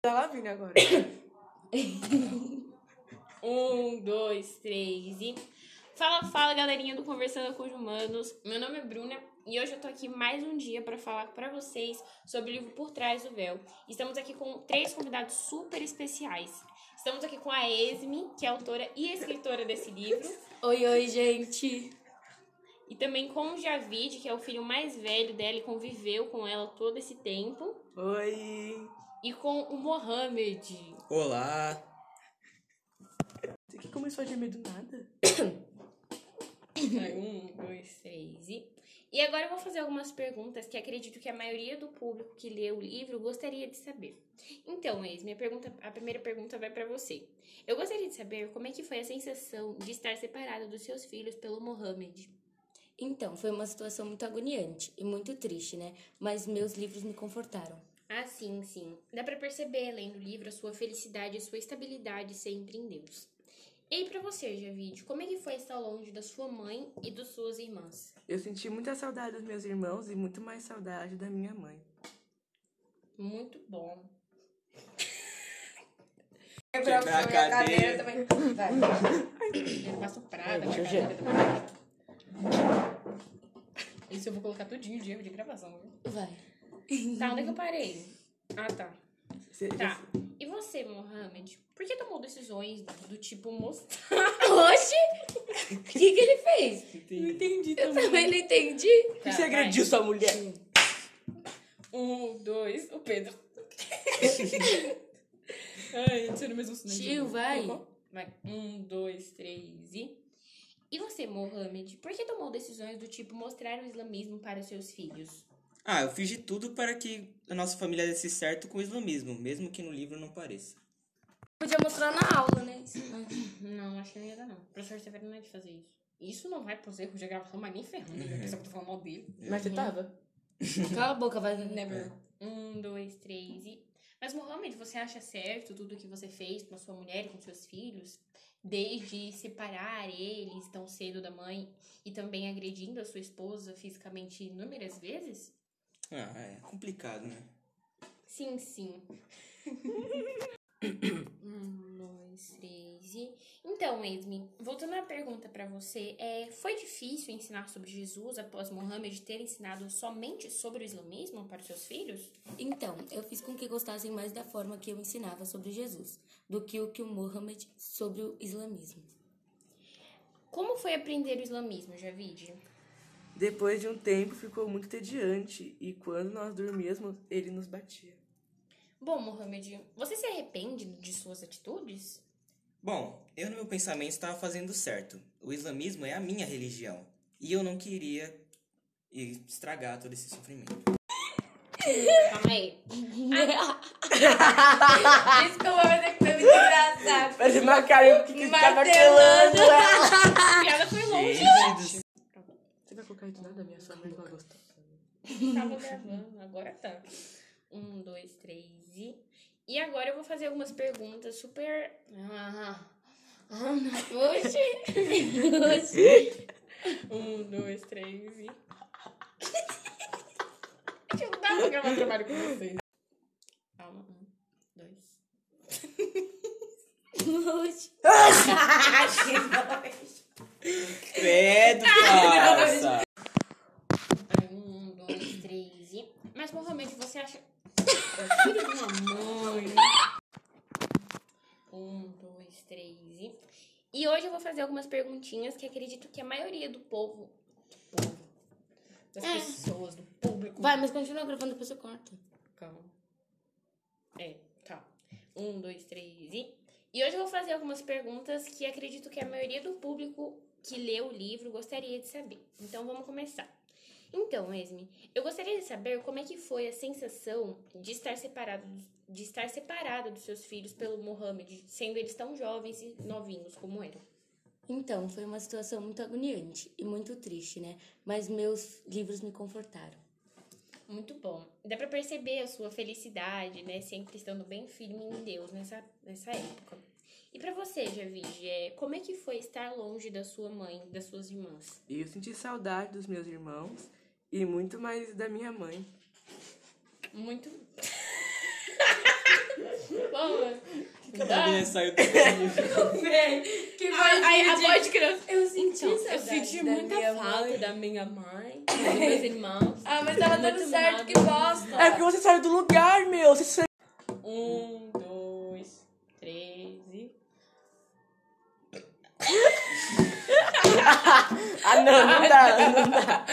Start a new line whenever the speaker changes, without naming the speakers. da Lavigne Tá agora.
Um, dois, três e. Fala, fala galerinha do Conversando com os Humanos. Meu nome é Bruna e hoje eu tô aqui mais um dia pra falar pra vocês sobre o livro Por Trás do Véu. Estamos aqui com três convidados super especiais. Estamos aqui com a Esme, que é autora e escritora desse livro,
Oi, oi, gente.
e também com o Javid, que é o filho mais velho dela e conviveu com ela todo esse tempo,
Oi.
e com o Mohamed.
Olá!
Você que começou a gemer do nada?
Vai, Um, dois, três e. E agora eu vou fazer algumas perguntas que acredito que a maioria do público que lê o livro gostaria de saber. Então, Eis, minha pergunta, a primeira pergunta vai pra você. Eu gostaria de saber como é que foi a sensação de estar separado dos seus filhos pelo Mohammed.
Então, foi uma situação muito agoniante e muito triste, né? Mas meus livros me confortaram.
Ah, sim, sim. Dá pra perceber, lendo o livro, a sua felicidade e a sua estabilidade sempre em Deus. E pra você, Javide, como é que foi estar longe da sua mãe e das suas irmãs?
Eu senti muita saudade dos meus irmãos e muito mais saudade da minha mãe.
Muito bom.
Quebrar a Quebrar a cadeira. cadeira
também. Vai.
Eu faço prada, na cadeira também. Isso eu vou colocar tudinho de erro de gravação, viu?
Vai.
Tá, onde é que eu parei? Ah, tá.
Você-
Tá. E você, Mohamed? Por que tomou decisões do tipo mostrar?
Oxi! O que, que ele fez?
entendi Tá,
Eu também não entendi.
Você agrediu sua mulher?
Um, dois, o Pedro. Ai, eu tiro mesmo assim, né, sinal de
Tio,
novo.
vai.
Vai. Um, dois, três e. E você, Mohamed, por que tomou decisões do tipo mostrar o islamismo para seus filhos?
Ah, eu fiz de tudo para que a nossa família desse certo com o islamismo, mesmo que no livro não pareça.
Podia mostrar na aula, né? Isso.
Não, acho que não ia dar, não. O professor Severo não é de fazer isso. Isso não vai pros erros de gravação, mas nem ferrando. Ele vai pensar que eu tô falando mal dele.
Mas você tava?
Cala a boca, vai.
Never. Um, dois, três e. Mas, Mohamed, você acha certo tudo o que você fez com a sua mulher e com seus filhos? Desde separar eles tão cedo da mãe e também agredindo a sua esposa fisicamente inúmeras vezes?
Ah, é complicado, né?
Sim, sim. um, dois, três e. Então, Esme, voltando à pergunta pra você, é, foi difícil ensinar sobre Jesus após Mohammed ter ensinado somente sobre o islamismo para os seus filhos?
Então, eu fiz com que gostassem mais da forma que eu ensinava sobre Jesus do que o que o Mohammed sobre o islamismo.
Como foi aprender o islamismo, Javide?
Depois de um tempo ficou muito tediante e quando nós dormíamos, ele nos batia.
Bom, Mohammed, você se arrepende de suas atitudes?
Bom, eu no meu pensamento estava fazendo certo. O islamismo é a minha religião. E eu não queria e- estragar todo esse sofrimento.
Calma aí.
Desculpa, mas é que foi muito engraçado.
Parece uma cara que tá
Martelando.
martelando.
A piada foi longe.
Gente do
Você vai colocar isso nada, minha sua mãe vai gostar.
Tava gravando, agora tá. Um, dois, três e. E agora eu vou fazer algumas perguntas super. Ah, ah, não. Oxi! Um, dois, três e. Gente, não dá pra gravar trabalho com vocês. Calma, um, dois.
credo, parça!
Ai, Um, dois, três e. Mas, Mohamed, você acha. É filho de uma mãe. Um, dois, três e. E hoje eu vou fazer algumas perguntinhas que acredito que a maioria do povo. povo, das
É.
pessoas, do público.
Vai, mas continua gravando, depois eu corto.
Calma. É, tá. Um, dois, três e. E hoje eu vou fazer algumas perguntas que acredito que a maioria do público que lê o livro gostaria de saber. Então vamos começar. Então, Esme, eu gostaria de saber como é que foi a sensação de estar separado de estar separada dos seus filhos pelo Mohammed, sendo eles tão jovens e novinhos como eram.
Então, foi uma situação muito agoniante e muito triste, né? Mas meus livros me confortaram.
Muito bom. Dá pra perceber a sua felicidade, né? Sempre estando bem firme em Deus nessa, nessa época. E pra você, Javige, é, como é que foi estar longe da sua mãe, das suas irmãs?
E eu senti saudade dos meus irmãos e muito mais da minha mãe.
Muito.
Carolina saiu do livro.
Véi, que vozinha
Aí a
de-
voz de criança.
Eu senti
Então, eu
saudade
senti
da
muita
minha
falta
mãe.
da minha mãe, dos meus irmãos.
Ah, mas tava dando
Muito
certo,
nada.
que bosta.
É porque você saiu do lugar, meu. Você saiu...
Um, dois, três e.
Ah, não, não dá, não dá.